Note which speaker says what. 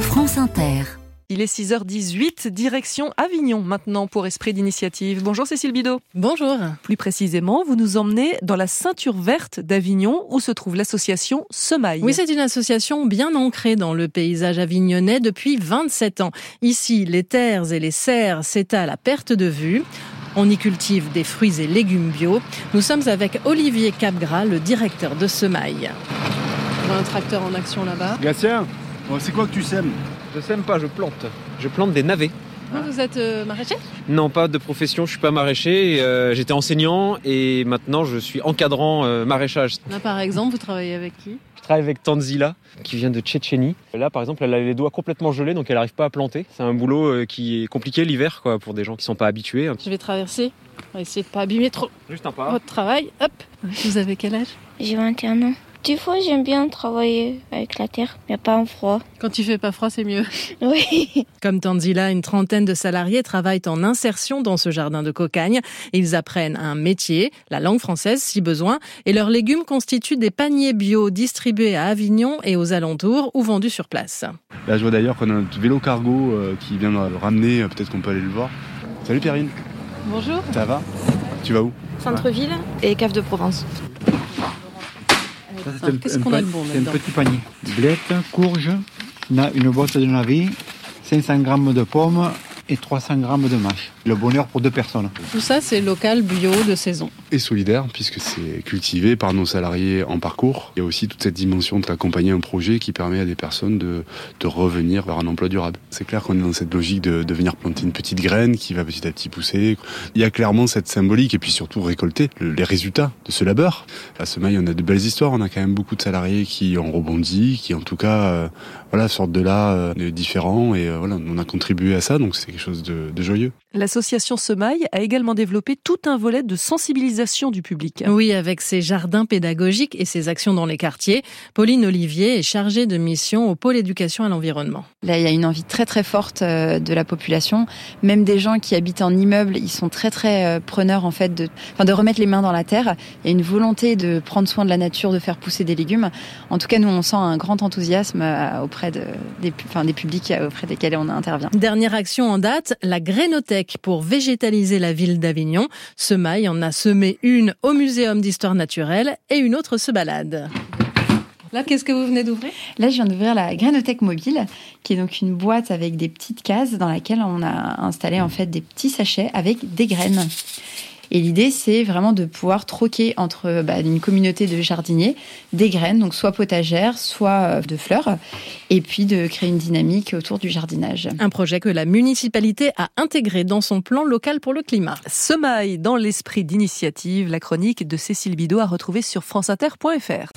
Speaker 1: France Inter.
Speaker 2: Il est 6h18, direction Avignon maintenant pour Esprit d'initiative. Bonjour Cécile Bidot.
Speaker 3: Bonjour.
Speaker 2: Plus précisément, vous nous emmenez dans la ceinture verte d'Avignon où se trouve l'association Semaille.
Speaker 3: Oui, c'est une association bien ancrée dans le paysage avignonnais depuis 27 ans. Ici, les terres et les serres s'étalent à perte de vue. On y cultive des fruits et légumes bio. Nous sommes avec Olivier Capgras, le directeur de Semaille. On voit un tracteur en action là-bas.
Speaker 4: Gatien, bon, c'est quoi que tu sèmes
Speaker 5: Je sème pas, je plante. Je plante des navets.
Speaker 3: Vous, Vous êtes euh, maraîcher
Speaker 5: Non, pas de profession, je suis pas maraîcher. euh, J'étais enseignant et maintenant je suis encadrant euh, maraîchage.
Speaker 3: Là, par exemple, vous travaillez avec qui
Speaker 5: Je travaille avec Tanzila qui vient de Tchétchénie. Là par exemple, elle a les doigts complètement gelés donc elle n'arrive pas à planter. C'est un boulot euh, qui est compliqué l'hiver quoi pour des gens qui sont pas habitués.
Speaker 3: Je vais traverser. On va essayer de pas abîmer trop
Speaker 5: Juste un pas.
Speaker 3: votre travail. Hop Ah. Vous avez quel âge
Speaker 6: J'ai 21 ans. Des fois, j'aime bien travailler avec la terre, mais pas en froid.
Speaker 3: Quand il fait pas froid, c'est mieux.
Speaker 6: Oui.
Speaker 3: Comme Tanzila, une trentaine de salariés travaillent en insertion dans ce jardin de cocagne. Ils apprennent un métier, la langue française si besoin, et leurs légumes constituent des paniers bio distribués à Avignon et aux alentours ou vendus sur place.
Speaker 4: Là, je vois d'ailleurs qu'on a notre vélo cargo euh, qui vient de le ramener. euh, Peut-être qu'on peut aller le voir. Salut Perrine,
Speaker 3: Bonjour.
Speaker 4: ça va Tu vas où
Speaker 7: Centre-ville et Cave de Provence.
Speaker 3: Qu'est-ce qu'on a de bon
Speaker 8: C'est un
Speaker 3: là-dedans
Speaker 8: petit panier. Blettes, courges, on a une boîte de navet, 500 grammes de pommes et 300 grammes de mâche. Le bonheur pour deux personnes.
Speaker 3: Tout ça, c'est local, bio, de saison.
Speaker 4: Et solidaire, puisque c'est cultivé par nos salariés en parcours. Il y a aussi toute cette dimension d'accompagner un projet qui permet à des personnes de, de revenir vers un emploi durable. C'est clair qu'on est dans cette logique de, de venir planter une petite graine qui va petit à petit pousser. Il y a clairement cette symbolique et puis surtout récolter le- les résultats de ce labeur. À Semaille, on a de belles histoires. On a quand même beaucoup de salariés qui ont rebondi, qui en tout cas euh, voilà, sortent de là euh, différents. Et euh, voilà, on a contribué à ça, donc c'est quelque chose de- de joyeux.
Speaker 2: L'association Semaille a également développé tout un volet de sensibilisation du public.
Speaker 3: Oui, avec ses jardins pédagogiques et ses actions dans les quartiers, Pauline Olivier est chargée de mission au pôle éducation à l'environnement.
Speaker 7: Là, il y a une envie très très forte euh, de la population. Même des gens qui habitent en immeuble, ils sont très très euh, preneurs en fait de, enfin, de remettre les mains dans la terre. Il y a une volonté de prendre soin de la nature, de faire pousser des légumes. En tout cas, nous, on sent un grand enthousiasme euh, auprès de, des, pu- enfin, des publics euh, auprès desquels on intervient.
Speaker 3: Dernière action en date, la Grénothèque pour végétaliser la ville d'Avignon. Semaille en a semé une au Muséum d'histoire naturelle et une autre se balade. Là, qu'est-ce que vous venez d'ouvrir
Speaker 7: Là, je viens d'ouvrir la Granothèque mobile, qui est donc une boîte avec des petites cases dans laquelle on a installé en fait des petits sachets avec des graines. Et l'idée, c'est vraiment de pouvoir troquer entre bah, une communauté de jardiniers des graines, donc soit potagères, soit euh, de fleurs, et puis de créer une dynamique autour du jardinage.
Speaker 3: Un projet que la municipalité a intégré dans son plan local pour le climat.
Speaker 2: Semaille dans l'esprit d'initiative, la chronique de Cécile Bidot à retrouver sur franceinter.fr.